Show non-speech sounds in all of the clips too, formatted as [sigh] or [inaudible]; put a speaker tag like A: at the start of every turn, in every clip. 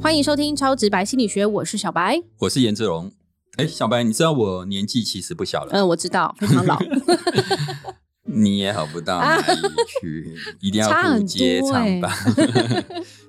A: 欢迎收听《超直白心理学》，我是小白。
B: 我是颜志龙。哎，小白，你知道我年纪其实不小了，
A: 嗯，我知道，非常老，
B: 你也好不到哪里去，一定要
A: 啊 [laughs] 差
B: 不
A: 很
B: 接
A: 多
B: 唱
A: 欸 [laughs]
B: 吧。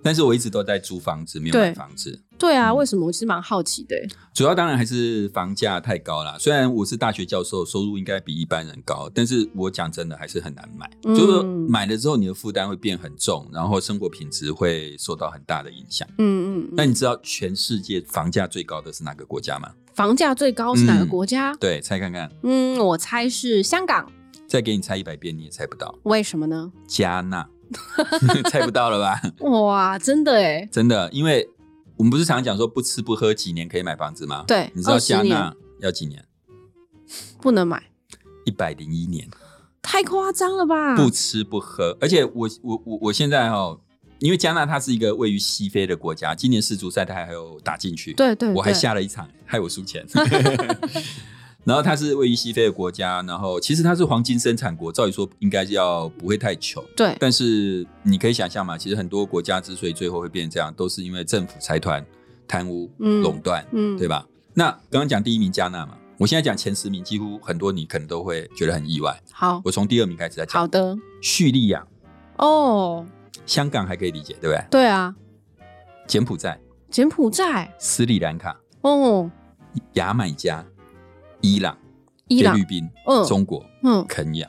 B: 但是我一直都在租房子，没有
A: 对
B: 买房子。
A: [laughs] 对啊，为什么？我其实蛮好奇的欸。
B: 主要当然还是房价太高啦。虽然我是大学教授，收入应该比一般人高，但是我讲真的还是很难买。
A: 嗯
B: 就是说买了之后，你的负担会变很重，然后生活品质会受到很大的影响。
A: 嗯嗯
B: 那
A: 嗯，
B: 你知道全世界房价最高的是哪个国家吗？
A: 房价最高是哪个
B: 嗯
A: 国家？
B: 对，猜看看，
A: 嗯，我猜是香港。
B: 再给你猜一百遍你也猜不到，
A: 为什么呢？
B: 加纳， [laughs] 猜不到了吧？
A: 哇，真的哎，
B: 真的，因为我们不是常讲说不吃不喝几年可以买房子吗？，
A: 对，
B: 你知道
A: 20
B: 加
A: 年
B: 纳要几年？
A: 不能买，
B: 一百零一年。
A: 太夸张了吧？
B: 不吃不喝，而且我我我我现在哦，因为加纳它是一个位于西非的国家，今年世足赛它还有打进去，
A: 对对，
B: 我还
A: 对
B: 下了一场，害我输钱。 [laughs] 然后它是位于西非的国家，然后其实它是黄金生产国，照理说应该要不会太穷，
A: 对，
B: 但是你可以想象嘛，其实很多国家之所以最后会变成这样，都是因为政府财团贪污、
A: 嗯
B: 垄断，
A: 嗯，
B: 对吧？那刚刚讲第一名加纳嘛，我现在讲前十名，几乎很多你可能都会觉得很意外。
A: 好
B: 我从第二名开始来讲。
A: 好的
B: 叙利亚、
A: 哦，
B: 香港还可以理解，对不对？
A: 对啊，
B: 柬埔寨、
A: 柬埔寨
B: 斯里兰卡、
A: 哦，
B: 牙买加、伊朗、
A: 伊朗
B: 菲律宾、
A: 嗯
B: 中国、
A: 嗯，
B: 肯亚，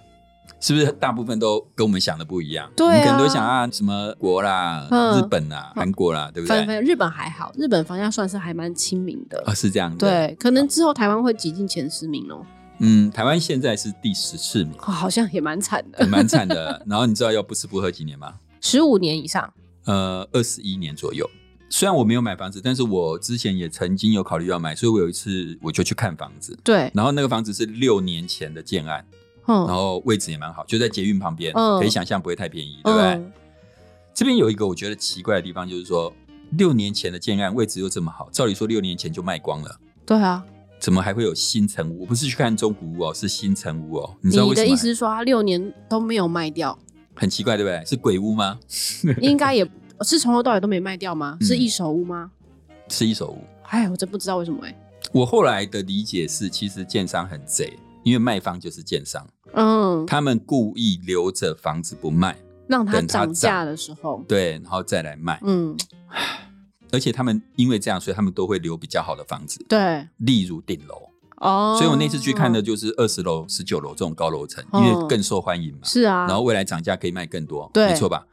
B: 是不是大部分都跟我们想的不一样？
A: 对啊
B: 你可能都想啊，什么国啦、
A: 嗯
B: 日本啦、韩国啦，对不
A: 反
B: 对？
A: 正日本还好，日本房价算是还蛮亲民的。
B: 啊，是这样的。，
A: 对，可能之后台湾会挤进前十名哦，
B: 嗯，台湾现在是第十
A: [laughs]
B: 四名，
A: 好像也蛮惨的，
B: 很蛮惨的。然后你知道要不吃不喝几年吗？
A: 十五年以上。
B: 呃，二十一年左右。虽然我没有买房子，但是我之前也曾经有考虑要买，所以我有一次我就去看房子，
A: 对，
B: 然后那个房子是六年前的建案，然
A: 嗯
B: 后位置也蛮好，就在捷运旁边，
A: 嗯
B: 可以想象不会太便宜，对不对？
A: 嗯，
B: 这边有一个我觉得奇怪的地方，就是说六年前的建案位置又这么好，照理说六年前就卖光了，
A: 对啊。
B: 怎么还会有新城屋？我不是去看中古屋哦，是新城屋哦，你知道
A: 你
B: 为什
A: 的
B: 么
A: 意
B: 吗？
A: 思是说他六年都没有卖
B: [laughs]
A: 掉，
B: 很奇怪，对不对？是鬼屋吗？
A: 应该也是从头到尾都没卖掉吗？
B: 嗯
A: 是一手屋吗？
B: 是一手屋。
A: 哎，我真不知道为什么哎。
B: 我后来的理解是，其实建商很贼，因为卖方就是建商，
A: 嗯，
B: 他们故意留着房子不卖，
A: 让它
B: 等它
A: 涨价的时候，
B: 对，然后再来卖。
A: 嗯，
B: 而且他们因为这样，所以他们都会留比较好的房子，
A: 对，
B: 例如顶楼。
A: 哦，
B: 所以我那次去看的就是二十楼、十九楼这种高楼层，因
A: 哦
B: 为更受欢迎嘛。
A: 是啊，
B: 然后未来涨价可以卖更多，
A: 对
B: 没错吧？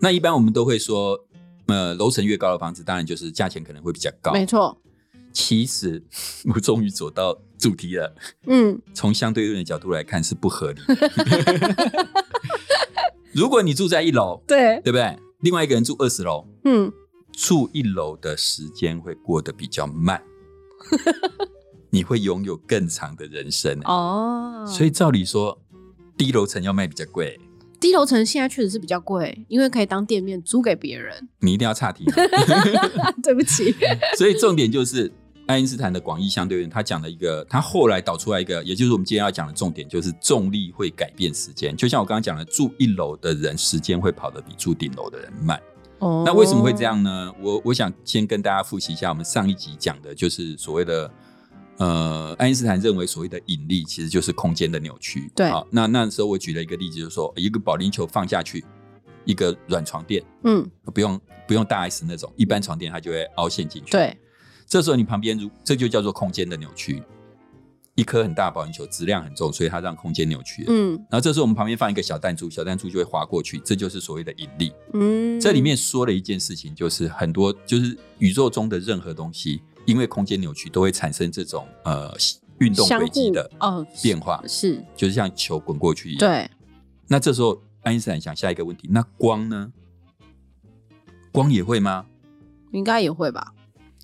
B: 那一般我们都会说，呃，楼层越高的房子，当然就是价钱可能会比较高。
A: 没错，
B: 其实 [laughs] 我终于走到主题了，
A: 嗯，
B: 从相对论的角度来看是不合理的。 [laughs] 如果你住在一楼，
A: 对，
B: 对不对？另外一个人住二十楼，
A: 嗯，
B: 住一楼的时间会过得比较慢，你会拥有更长的人生。
A: 哦，
B: 所以照理说，低楼层要卖比较贵，
A: 低楼层现在确实是比较贵，因为可以当店面租给别 [laughs] 人。啊
B: 你一定要差题。
A: 对不起， [laughs]
B: 所以重点就是爱因斯坦的广义相对论，他讲了一个，他后来导出来一个，也就是我们今天要讲的重点，就是重力会改变时间。就像我刚刚讲的，住一楼的人时间会跑得比住顶楼的人慢。
A: 哦
B: 那为什么会这？样呢？我我想先跟大家复习一下我们上一集讲的，就是所谓的呃，爱因斯坦认为所谓的引力其实就是空间的扭曲。
A: 对
B: 好，那那时候我举了一个例子，就是说一个保龄球放下去，一个软床垫，呃
A: 嗯，
B: 不用不用大 S 那种，一般床垫它就会凹陷进去。，
A: 对，
B: 这时候你旁边如这就叫做空间的扭曲。一颗很大的保龄球质量很重，所以它让空间扭曲了。
A: 嗯
B: 然后这时候我们旁边放一个小弹珠，小弹珠就会滑过去，这就是所谓的引力。
A: 嗯，
B: 这里面说了一件事情，就是很多就是宇宙中的任何东西，因为空间扭曲都会产生这种呃运动
A: 相
B: 轨迹
A: 互
B: 的
A: 哦
B: 变化，
A: 是，
B: 就是像球滚过去一样。
A: 对，
B: 那这时候爱因斯坦想下一个问题，那光呢？光也会吗？
A: 应该也会吧，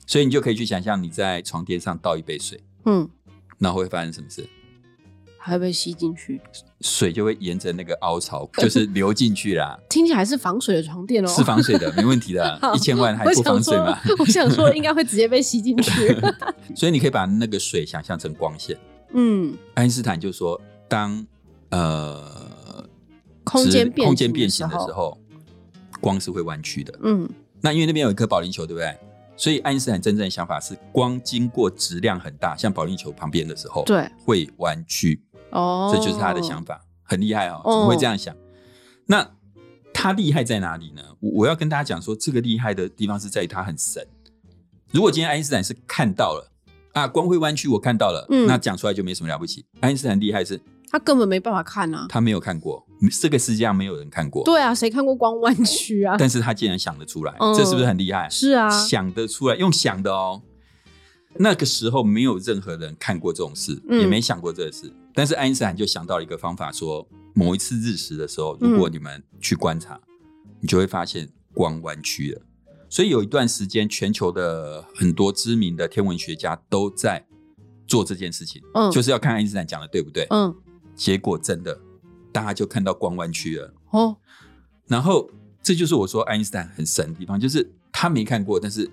B: 所以你就可以去想象你在床垫上倒一杯水，
A: 嗯，
B: 那会发生什么事？
A: 还会被吸进去，
B: 水就会沿着那个
A: [laughs]
B: 凹槽，就是流进去啦。
A: 听起来是防水的床垫哦，
B: 是防水的，没问题
A: [laughs]
B: 的
A: 好，
B: 一千万还
A: 我
B: 不防
A: 想
B: 水
A: 说
B: 吗？，
A: 我想说应该会直接被吸
B: [laughs]
A: 进去，
B: 所以你可以把那个水想象成光线。
A: 嗯，
B: 爱因斯坦就说，当呃
A: 空间
B: 直
A: 变
B: 空间
A: 形的
B: 变
A: 时
B: 形的
A: 候
B: 时候，光是会弯曲的。
A: 嗯，
B: 那因为那边有一颗保龄球，对不对？所以爱因斯坦真正的想法是，光经过质量很大，像保龄球旁边的时候，
A: 对，
B: 会弯曲，
A: 哦，
B: 这就是他的想法，很厉害哦，怎么会这样想？那他厉害在哪里呢？我我要跟大家讲说，这个厉害的地方是在于他很神。如果今天爱因斯坦是看到了啊，光会弯曲，我看到了，
A: 嗯
B: 那讲出来就没什么了不起。爱因斯坦厉害是
A: 他根本没办法看啊。
B: 他没有看过，这个世界上没有人看过，
A: 对啊，谁看过光弯曲啊？
B: 但是他竟然想得出来，
A: 嗯
B: 这是不是很厉害？
A: 是啊，
B: 想得出来，用想的哦。那个时候没有任何人看过这种事，
A: 嗯
B: 也没想过这个事。但是爱因斯坦就想到了一个方法说某一次日食的
A: 嗯
B: 时候，如果你们去观察，你就会发现光弯曲了。所以有一段时间，全球的很多知名的天文学家都在做这件事情，
A: 嗯
B: 就是要看爱因斯坦讲的对不对。
A: 嗯，
B: 结果真的，大家就看到光弯曲了。
A: 哦，
B: 然后这就是我说爱因斯坦很神的地方，就是他没看过，但是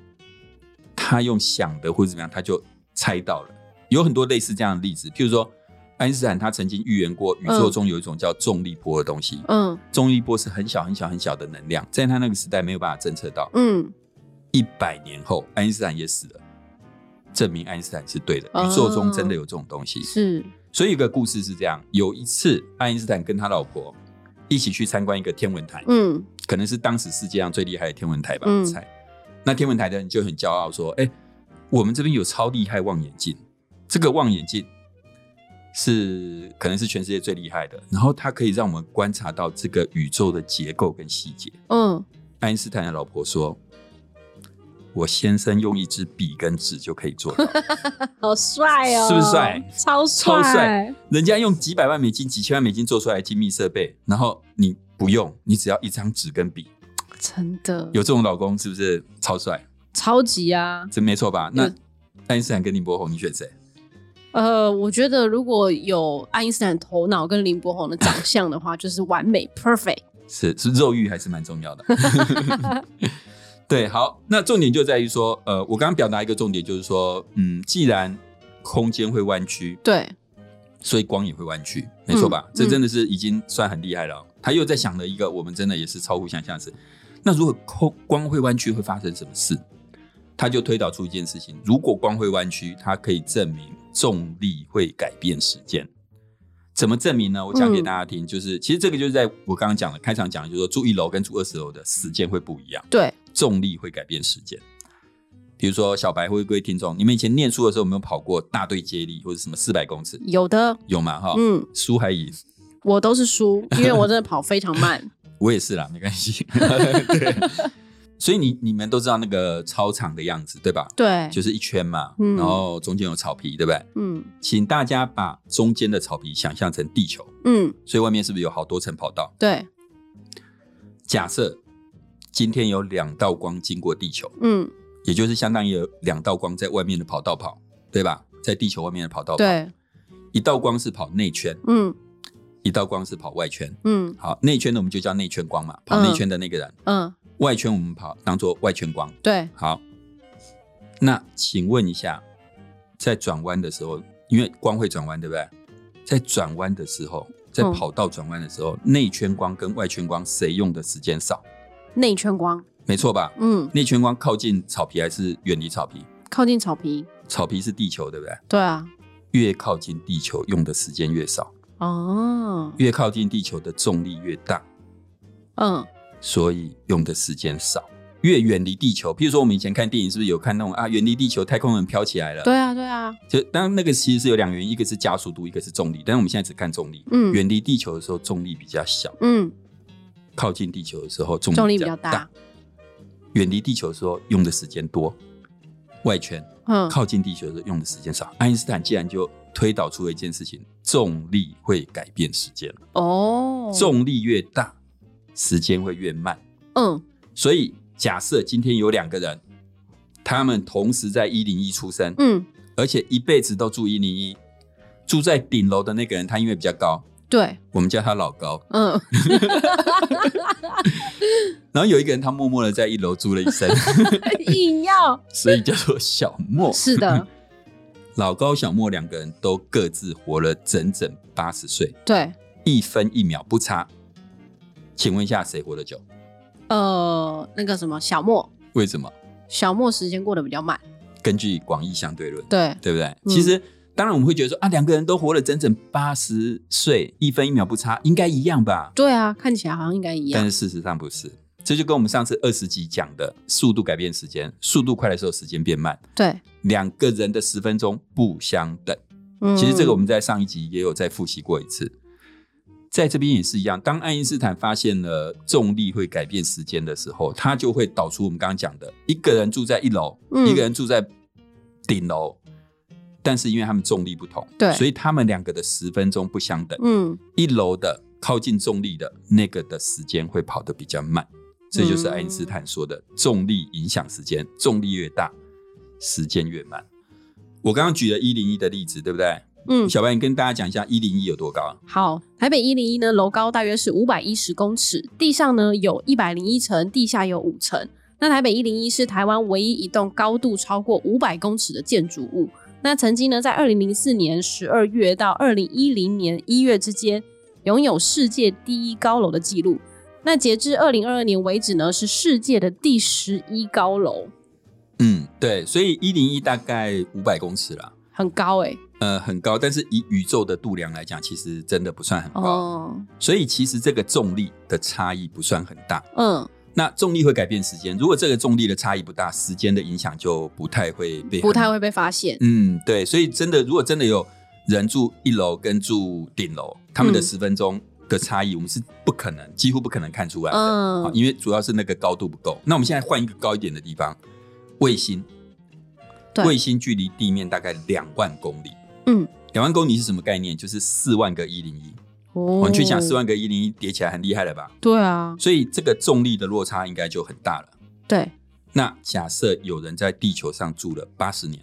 B: 他用想的或者怎么样，他就猜到了。有很多类似这样的例子，譬如说爱因斯坦他曾经预言过宇宙中有一种叫重力波的东西，
A: 嗯
B: 重力波是很小很小很小的能量，在他那个时代没有办法侦测到。
A: 嗯，
B: 一百年后，爱因斯坦也死了，证明爱因斯坦是对的，
A: 哦
B: 宇宙中真的有这种东西。
A: 是，
B: 所以有个故事是这样：有一次，爱因斯坦跟他老婆一起去参观一个天文台，
A: 嗯
B: 可能是当时世界上最厉害的天文台吧，
A: 嗯
B: 我猜。那天文台的人就很骄傲说：“哎、我们这边有超厉害望远镜，这个望远镜是可能是全世界最厉害的，然后它可以让我们观察到这个宇宙的结构跟细节。”
A: 嗯，
B: 爱因斯坦的老婆说：“我先生用一支笔跟纸就可以做到，
A: 好帅哦，
B: 是不是帅？
A: 超帅，
B: 超帅人家用几百万美金、几千万美金做出来的精密设备，然后你不用，你只要一张纸跟笔。
A: 真的
B: 有这种老公是不是超帅？”
A: 超级啊。
B: 这没错吧？那
A: 嗯
B: 爱因斯坦跟林柏宏，你选谁？
A: 呃，我觉得如果有爱因斯坦头脑跟林柏宏的长相的话， [laughs] 就是完美 perfect。
B: 是是肉欲还是蛮重要的。 [laughs] 对，好，那重点就在于说，呃，我刚刚表达一个重点，就是说，嗯，既然空间会弯曲，
A: 对，
B: 所以光也会弯曲，没错吧？
A: 嗯
B: 这真的是已经算很厉害了哦。他又在想了一个我们真的也是超乎想象的事。那如果空光会弯曲会发生什么事？他就推导出一件事情：如果光会弯曲，它可以证明重力会改变时间。怎么证明呢？我讲给大家
A: 嗯
B: 听，就是其实这个就是在我刚刚讲的开场讲的，就是说住一楼跟住二十楼的时间会不一样，
A: 对，
B: 重力会改变时间。比如说，小白或者各位听众，你们以前念书的时候有没有跑过大队接力或者什么四百公尺？
A: 有的，
B: 有嘛？哈，
A: 嗯，
B: 输还赢，
A: 我都是输，因为我真的跑非常 [laughs] 慢。
B: 我也是啦， [laughs] 没
A: [laughs]
B: 关系。对，所以你你们都知道那个操场的样子，对吧？
A: 对，
B: 就是一圈嘛，
A: 嗯
B: 然后中间有草皮，对不对？
A: 嗯
B: 请大家把中间的草皮想象成地球，
A: 嗯，
B: 所以外面是不是有好多层跑道？
A: 对，
B: 假设今天有两道光经过地球，
A: 嗯
B: 也就是相当于有两道光在外面的跑道跑，对吧？在地球外面的跑道跑，
A: 对，
B: 一道光是跑内圈，
A: 嗯
B: 一道光是跑外圈。
A: 嗯
B: 好，内圈的我们就叫内圈光嘛，跑内圈的那个人。
A: 嗯，
B: 外圈我们跑当做外圈光。
A: 对，
B: 好，那请问一下，在转弯的时候，因为光会转弯，对不对？在转弯的时候，在
A: 嗯
B: 跑道转弯的时候，内圈光跟外圈光谁用的时间少？
A: 内圈光，
B: 没错吧？
A: 嗯，
B: 内圈光靠近草皮还是远离草皮？
A: 靠近草皮，
B: 草皮是地球，对不对？
A: 对啊，
B: 越靠近地球用的时间越少，
A: 哦，
B: 越靠近地球的重力越大，
A: 嗯
B: 所以用的时间少。越远离地球，譬如说我们以前看电影，是不是有看那种啊，远离地球，太空人飘起来了？
A: 对啊，对啊，
B: 就当然那个其实是有两个原因，一个是加速度，一个是重力。但是我们现在只看重力。
A: 嗯
B: 远离地球的时候重力比较小，
A: 嗯，
B: 靠近地球的时候重
A: 重
B: 力
A: 力比较
B: 大
A: 大。，
B: 远离地球的时候用的时间多，外圈
A: 嗯，
B: 靠近地球的时候用的时间少。爱因斯坦既然就推导出了一件事情：重力会改变时间，
A: 哦，，
B: 重力越大，时间会越慢。
A: 嗯
B: 所以假设今天有两个人，他们同时在一零一出生，
A: 嗯，
B: 而且一辈子都住一零一，住在顶楼的那个人，他因为比较高，
A: [laughs] 对，
B: 我们叫他老高。
A: 嗯， [laughs]
B: 然后有一个人，他默默的在一楼住了一生， [laughs]
A: 硬 [laughs] 要，
B: 所以叫做小莫。
A: 是 [laughs] 的，
B: 老高、小莫两个人都各自活了整整八十岁，
A: 对，
B: 一分一秒不差。请问一下，谁活得久？
A: 呃，那个什么小莫，
B: 为什么？
A: 小莫时间过得比较慢。
B: 根据广义相对论，
A: 对，
B: 对不对？其实当然我们会觉得说啊，两个人都活了整整八十岁，一分一秒不差，应该一样吧？
A: 对啊，看起来好像应该一
B: 但
A: 样。
B: 是事实上不是，这就跟我们上次二十集讲的速度改变时间，速度快的时候时间变慢，
A: 对，
B: 两个人的十分钟不相等。
A: 嗯
B: 其实这个我们在上一集也有再复习过一次，在这边也是一样。当爱因斯坦发现了重力会改变时间的时候，他就会导出我们刚刚讲的，一个人住在一楼，
A: 嗯
B: 一个人住在顶楼，但是因为他们重力不同，
A: 对
B: 所以他们两个的十分钟不相等。
A: 嗯，
B: 一楼的靠近重力的那个的时间会跑得比较慢，这就是爱因斯坦说的
A: 嗯
B: 重力影响时间，重力越大，时间越慢。我刚刚举了一零一的例子，对不对？
A: 嗯，
B: 小白，你跟大家讲一下一零一有多高啊？
A: 好，台北一零一呢，楼高大约是五百一十公尺，地上呢有一百零一层，地下有五层。那台北一零一是台湾唯一一栋高度超过五百公尺的建筑物。那曾经呢，在二零零四年十二月到二零一零年一月之间，拥有世界第一高楼的记录。那截至二零二二年为止呢，是世界的第十一高楼，
B: 嗯，对，所以一零一大概五百公尺啦，
A: 很高哎、
B: 呃，很高，但是以宇宙的度量来讲，其实真的不算很高。
A: 哦，
B: 所以其实这个重力的差异不算很大。
A: 嗯，
B: 那重力会改变时间，如果这个重力的差异不大，时间的影响就不太会被
A: 不太
B: 衡
A: 会被发现。
B: 嗯，对，所以真的，如果真的有人住一楼跟住顶楼，他们的
A: 嗯
B: 十分钟的差异，我们是不可能，几乎不可能看出来的、
A: 嗯
B: 啊，因为主要是那个高度不够。那我们现在换一个高一点的地方，卫星，
A: 对
B: 卫星距离地面大概两万公里。
A: 嗯，
B: 两万公里是什么概念？就是四万个一零一。
A: 哦
B: 我们去想，四万个一零一叠起来很厉害了吧？
A: 对啊，
B: 所以这个重力的落差应该就很大了。
A: 对，
B: 那假设有人在地球上住了八十年，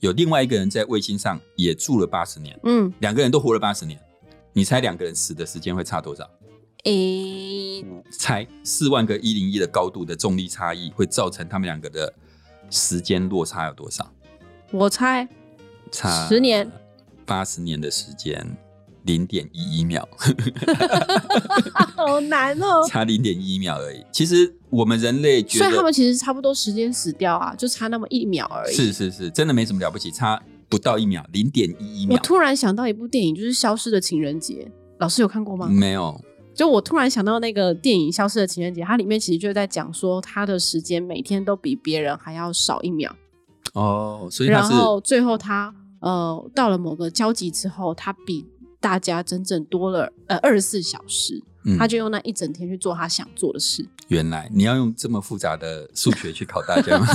B: 有另外一个人在卫星上也住了八十年，
A: 嗯，
B: 两个人都活了八十年，你猜两个人死的时间会差多少？
A: 诶、
B: 猜四万个一零一的高度的重力差异会造成他们两个的时间落差有多少？
A: 我猜
B: 差
A: 10年，
B: 八十年的时间，零点一一秒，
A: [laughs] 好难哦。
B: 差零点一一秒而已。其实我们人类觉
A: 所
B: 得
A: 以他们其实差不多时间死掉啊，就差那么一秒而已。
B: 是是是，真的没什么了不起，差不到一秒，零点一一
A: 我
B: 秒。
A: 突然想到一部电影，就是《消失的情人节》，老师有看过吗？
B: 没有，
A: 就我突然想到那个电影《消失的情人节》，它里面其实就在讲说，他的时间每天都比别人还要少一秒，
B: 哦，所以他
A: 然
B: 是
A: 后最后他呃到了某个交集之后，他比大家整整多了呃二十四小时，
B: 嗯
A: 他就用那一整天去做他想做的事，
B: 原来你要用这么复杂的数学去考大家吗？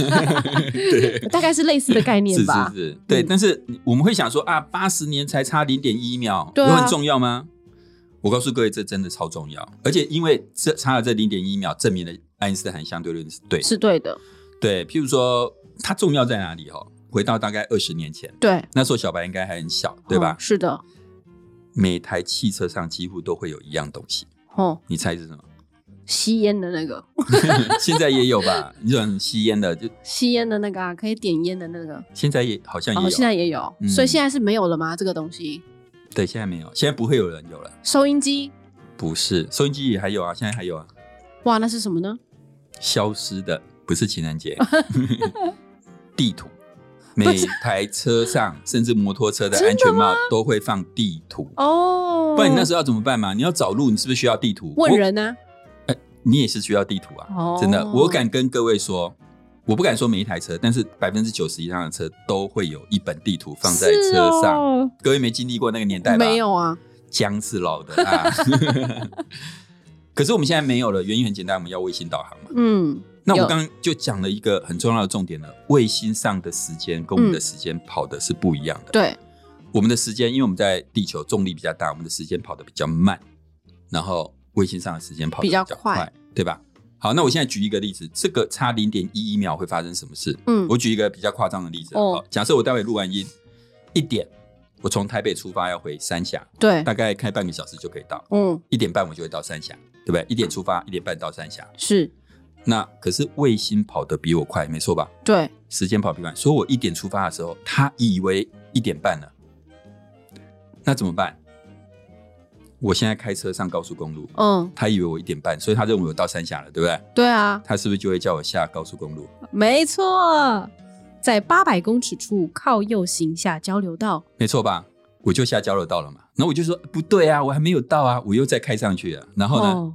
B: [laughs] 对，
A: [laughs] 大概是类似的概念
B: 是
A: 吧。
B: 是是，对。
A: 嗯
B: 但是我们会想说啊，八十年才差零点一秒，
A: 对啊
B: 有很重要吗？我告诉各位，这真的超重要，而且因为这差了这零点一秒，证明了爱因斯坦相对论是对的。
A: 是对的，
B: 对，譬如说它重要在哪里？哦，回到大概二十年前，
A: 对，
B: 那时候小白应该还很小，对吧
A: 嗯？是的，
B: 每台汽车上几乎都会有一样东西，
A: 哦，
B: 你猜是什么？
A: 吸烟的那个，
B: [laughs] 现在也有吧？你种吸烟的，就
A: 吸烟的那个啊，可以点烟的那个，
B: 现在也好像也有，
A: 哦，现在也有，
B: 嗯
A: 所以现在是没有了吗？这个东西，
B: 对，现在没有，现在不会有人有了。
A: 收音机，
B: 不是，收音机也还有啊，现在还有啊。
A: 哇，那是什么呢？
B: 消失的不是情
A: [laughs]
B: 人节，地图。每台车上，甚至摩托车的安全帽都会放地图。
A: 哦，
B: 不然你那时候要怎么办嘛？你要找路，你是不是需要地图？
A: 问
B: 我，
A: 人呢、
B: 你也是需要地图啊！
A: 哦
B: 真的，我敢跟各位说，我不敢说每一台车，但是百分之九十以上的车都会有一本地图放在
A: 是
B: 车上。
A: 哦
B: 各位没经历过那个年代吧？
A: 没有啊，
B: 姜是老的啊。 [laughs] 可是我们现在没有了，原因很简单，我们要卫星导航嘛。
A: 嗯，
B: 那我
A: 有
B: 刚刚就讲了一个很重要的重点了，卫星上的时间跟我们的时间跑的是不一样的。，
A: 嗯对，
B: 我们的时间，因为我们在地球重力比较大，我们的时间跑得比较慢，然后卫星上的时间跑得
A: 比较
B: 快，
A: 快
B: 对吧？好，那我现在举一个例子，这个差零点一一秒会发生什么事？
A: 嗯，
B: 我举一个比较夸张的例子，
A: 哦
B: 好，假设我待会录完音一点，我从台北出发要回三峡，
A: 对，
B: 大概开半个小时就可以到，
A: 嗯，
B: 一点半我就会到三峡，对不对？一点出发，一点半到三峡。
A: 是，
B: 那可是卫星跑得比我快，没错吧？
A: 对，
B: 时间跑得比我快，所以我一点出发的时候，他以为一点半了，那怎么办？我现在开车上高速公路，
A: 嗯，
B: 他以为我一点半，所以他认为我到三峡了，对不对？
A: 对啊，
B: 他是不是就会叫我下高速公路？
A: 没错，在八百公尺处靠右行下交流道。
B: 没错吧？我就下交流道了嘛。然后我就说不对啊，我还没有到啊，我又再开上去了。然后呢，
A: 哦，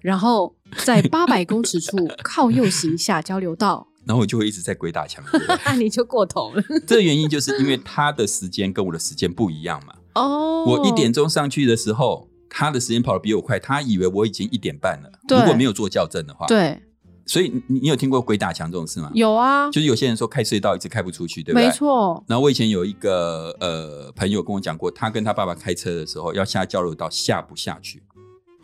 A: 然后在八百公尺
B: [laughs]
A: 处靠右行下交流道，
B: 然后我就会一直在鬼打墙。
A: [laughs]
B: 对不对
A: 那你就过头了。
B: 这个原因就是因为他的时间跟我的时间不一样嘛。
A: 哦，
B: [laughs] 我一点钟上去的时候，他的时间跑得比我快，他以为我已经一点半了。
A: 对
B: 如果没有做校正的话，。
A: 对，
B: 所以你你有听过鬼打墙这种事吗？，
A: 有啊，
B: 就是有些人说开隧道一直开不出去，对不对？
A: 没。错，
B: 然后我以前有一个呃朋友跟我讲过，他跟他爸爸开车的时候要下交流道下不下去，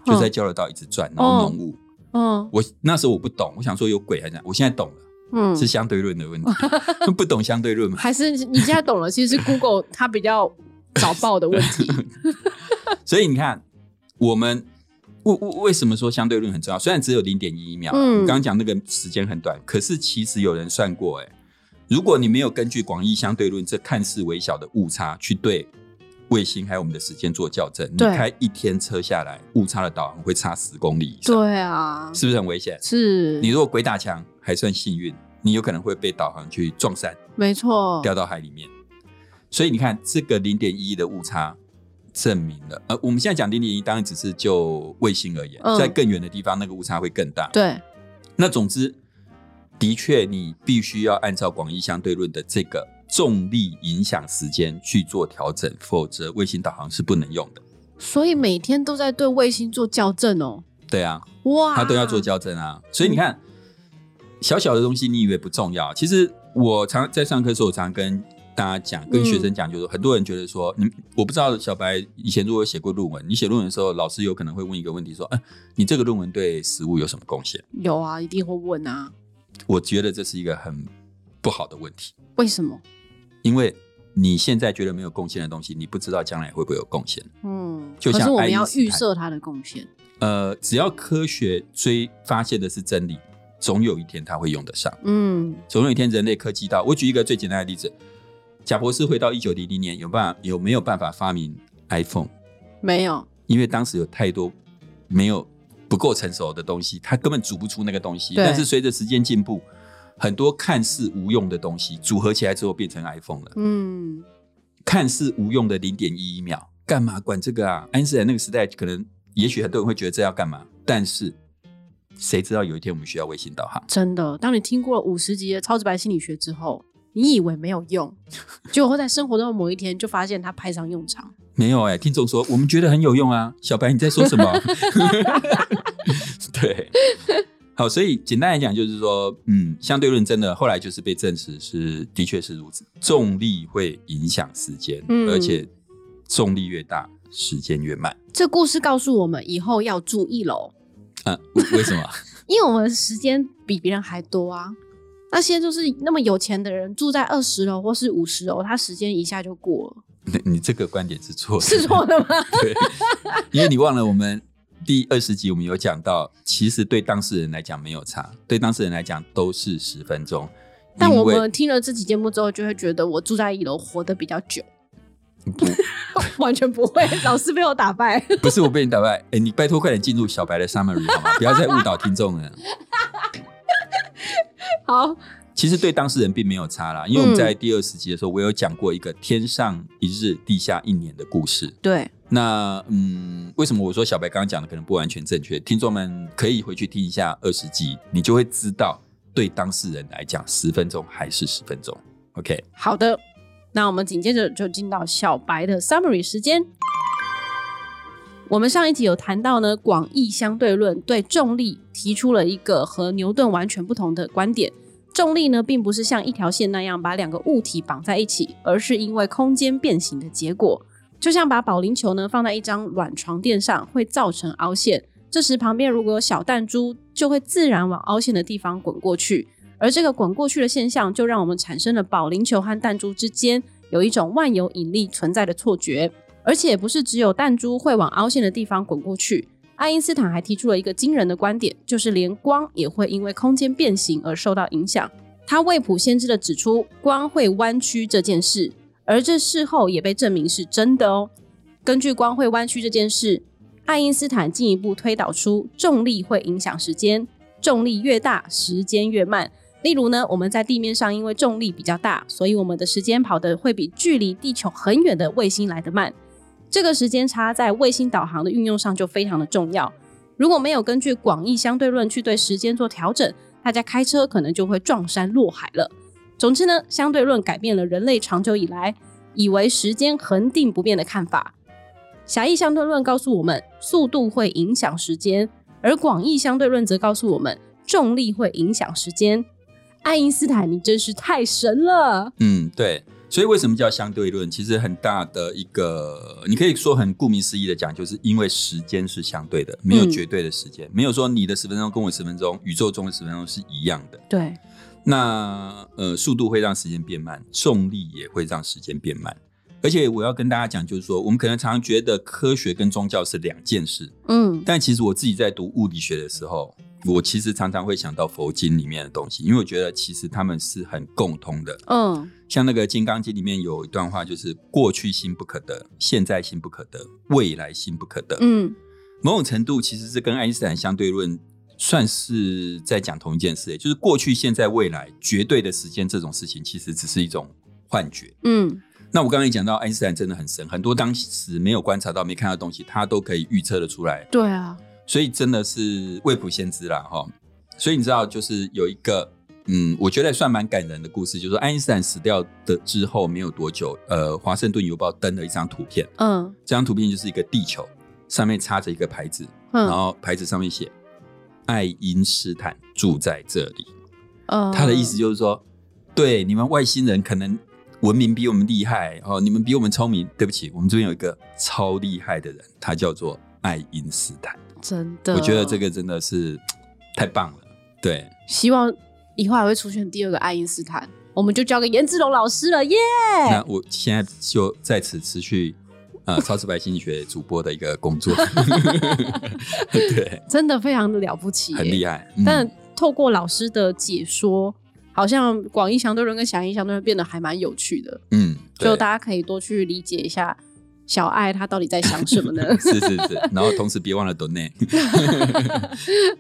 B: 就
A: 哦
B: 在交流道一直转，然后浓雾。
A: 嗯
B: 我那时候我不懂，我想说有鬼还是怎样，我现在懂了，
A: 嗯
B: 是，相对论的问题， [laughs] 不懂相对论嘛。
A: 还是你现在懂了，其实是 Google 它比较早报的问
B: [laughs]
A: 题。
B: 所以你看，我们为为为什么说相对论很重要？虽然只有零点一秒，
A: 嗯
B: 嗯，刚刚讲那个时间很短，可是其实有人算过、哎，如果你没有根据广义相对论这看似微小的误差去对卫星还有我们的时间做校正，你
A: 对
B: 开一天车下来，误差的导航会差十公里以上，
A: 对啊，
B: 是不是很危险？
A: 是
B: 你，如果鬼打墙还算幸运，你有可能会被导航去撞山。
A: 没错，
B: 掉到海里面。所以你看，这个零点一的误差证明了，呃，我们现在讲零点一，当然只是就卫星而言，
A: 嗯
B: 在更远的地方，那个误差会更大。
A: 对，
B: 那总之，的确，你必须要按照广义相对论的这个重力影响时间去做调整，否则卫星导航是不能用的。
A: 所以每天都在对卫星做校正哦。
B: 对啊，
A: 哇，
B: 他都要做校正啊。所以你看，小小的东西你以为不重要，其实我常在上课的时候，我常跟大家讲，跟学生讲，就是说很多人觉得说，你我不知道小白以前如果有写过论文，你写论文的时候，老师有可能会问一个问题，说，哎、你这个论文对食物有什么贡献？
A: 有啊，一定会问啊，
B: 我觉得这是一个很不好的问题，
A: 为什么？
B: 因为你现在觉得没有贡献的东西，你不知道将来会不会有贡献。
A: 嗯，
B: 就
A: 可
B: 像
A: 是我们要
B: 爱因斯坦
A: 预设它的贡献。
B: 呃，只要科学追发现的是真理，总有一天它会用得上。
A: 嗯，
B: 总有一天人类科技到。我举一个最简单的例子，贾博士回到一九零零年，有办法有没有办法发明 iPhone？
A: 没有，
B: 因为当时有太多没有不够成熟的东西，他根本组不出那个东西。
A: 对
B: 但是随着时间进步，很多看似无用的东西组合起来之后变成 iPhone 了。
A: 嗯，
B: 看似无用的零点一一秒，干嘛管这个啊？爱因斯坦那个时代，可能也许很多人会觉得这要干嘛，但是谁知道有一天我们需要卫星导航？
A: 真的，当你听过了五十集的超直白心理学之后，你以为没有用， [laughs] 结果会在生活中的某一天就发现它派上用场。
B: 没有哎、听众说我们觉得很有用啊。小白你在说
A: [laughs]
B: 什么？对，好，所以简单来讲就是说，嗯，相对论真的后来就是被证实是的确是如此，重力会影响时间，
A: 嗯
B: 而且重力越大，时间越慢。
A: 这故事告诉我们以后要注意喽，
B: 啊，为为什么？ [laughs]
A: 因为我们的时间比别人还多啊。那些就是那么有钱的人，住在二十楼或是五十楼，他时间一下就过了， [laughs]
B: 你你这个观点是错的，
A: 是错的吗？
B: [laughs] 对，因为你忘了我们第二十集我们有讲到，其实对当事人来讲没有差，对当事人来讲都是十分钟。
A: 但
B: 因
A: 我
B: 为
A: 们听了这期节目之后，就会觉得我住在一楼活得比较 [laughs] 久。完全不会，老师被我打败。
B: 不是我被你打败，哎、 [laughs] 你拜托快点进入小白的 summary 好吗？不要再误导听众了。
A: 好，
B: 其实对当事人并没有差啦，因为我们在第二十集的时候，我有讲过一个天上一日，地下一年的故事。
A: 对，
B: 那嗯，为什么我说小白刚刚讲的可能不完全正确？听众们可以回去听一下二十集，你就会知道，对当事人来讲，十分钟还是十分钟。OK，
A: 好的，那我们紧接着就进到小白的 summary 时间。我们上一集有谈到呢，广义相对论对重力提出了一个和牛顿完全不同的观点。重力呢，并不是像一条线那样把两个物体绑在一起，而是因为空间变形的结果。就像把保龄球呢放在一张软床垫上，会造成凹陷。这时旁边如果有小弹珠，就会自然往凹陷的地方滚过去。而这个滚过去的现象，就让我们产生了保龄球和弹珠之间有一种万有引力存在的错觉。而且不是只有弹珠会往凹陷的地方滚过去，爱因斯坦还提出了一个惊人的观点，就是连光也会因为空间变形而受到影响。他未卜先知的指出光会弯曲这件事，而这事后也被证明是真的哦。根据光会弯曲这件事，爱因斯坦进一步推导出重力会影响时间，重力越大，时间越慢。例如呢，我们在地面上因为重力比较大，所以我们的时间跑得会比距离地球很远的卫星来得慢。这个时间差在卫星导航的运用上就非常的重要。如果没有根据广义相对论去对时间做调整，大家开车可能就会撞山落海了。总之呢，相对论改变了人类长久以来以为时间恒定不变的看法。狭义相对论告诉我们，速度会影响时间，而广义相对论则告诉我们，重力会影响时间。爱因斯坦，你真是太神了！
B: 嗯，对。所以为什么叫相对论？其实很大的一个，你可以说很顾名思义的讲，就是因为时间是相对的，没有
A: 嗯
B: 绝对的时间，没有说你的十分钟跟我十分钟，宇宙中的十分钟是一样的。
A: 对，
B: 那呃，速度会让时间变慢，重力也会让时间变慢。而且我要跟大家讲，就是说，我们可能常常觉得科学跟宗教是两件事，
A: 嗯
B: 但其实我自己在读物理学的时候，我其实常常会想到佛经里面的东西，因为我觉得其实他们是很共通的。
A: 嗯
B: 像那个《金刚经》里面有一段话，就是“过去心不可得，现在心不可得，未来心不可得”。
A: 嗯，
B: 某种程度其实是跟爱因斯坦相对论算是在讲同一件事，就是过去、现在、未来绝对的时间这种事情，其实只是一种幻觉。
A: 嗯
B: 那我刚才讲到，爱因斯坦真的很神，很多当时没有观察到、没看到的东西，他都可以预测的出来。
A: 对啊，
B: 所以真的是未卜先知啦，哈。所以你知道，就是有一个，嗯，我觉得算蛮感人的故事，就是说爱因斯坦死掉的之后没有多久，呃，华盛顿邮报登了一张图片，
A: 嗯
B: 这张图片就是一个地球，上面插着一个牌子，然
A: 嗯，
B: 后牌子上面写“爱因斯坦住在这里”。
A: 呃
B: 他的意思就是说，对你们外星人可能文明比我们厉害哦，你们比我们聪明。对不起，我们这边有一个超厉害的人，他叫做爱因斯坦。
A: 真的，
B: 我觉得这个真的是太棒了。对，
A: 希望以后还会出现第二个爱因斯坦，我们就交给颜志龙老师了耶。
B: 那我现在就在此辞去呃超直白心理学主播的一个工
A: [laughs]
B: 作，对，
A: 真的非常的了不起耶，
B: 很厉害。嗯
A: 但透过老师的解说，好像广义相对论跟狭义相对论变得还蛮有趣的，
B: 嗯，对
A: 就大家可以多去理解一下小爱她到底在想什么呢？
B: [laughs] 是是是，然后同时别忘了 donate。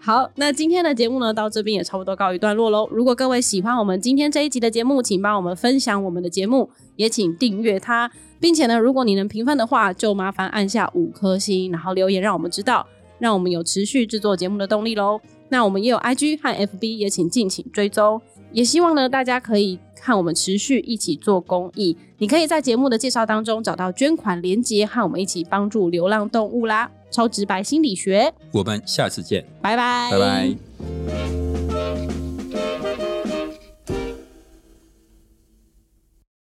A: 好，那今天的节目呢，到这边也差不多告一段落喽。如果各位喜欢我们今天这一集的节目，请帮我们分享我们的节目，也请订阅它，并且呢，如果你能评分的话，就麻烦按下五颗星，然后留言让我们知道，让我们有持续制作节目的动力喽。那我们也有 IG 和 FB，也请敬请追踪。也希望呢，大家可以和我们持续一起做公益。你可以在节目的介绍当中找到捐款连结，和我们一起帮助流浪动物啦。超直白心理学，
B: 我们下次见，
A: 拜拜，
B: 拜拜。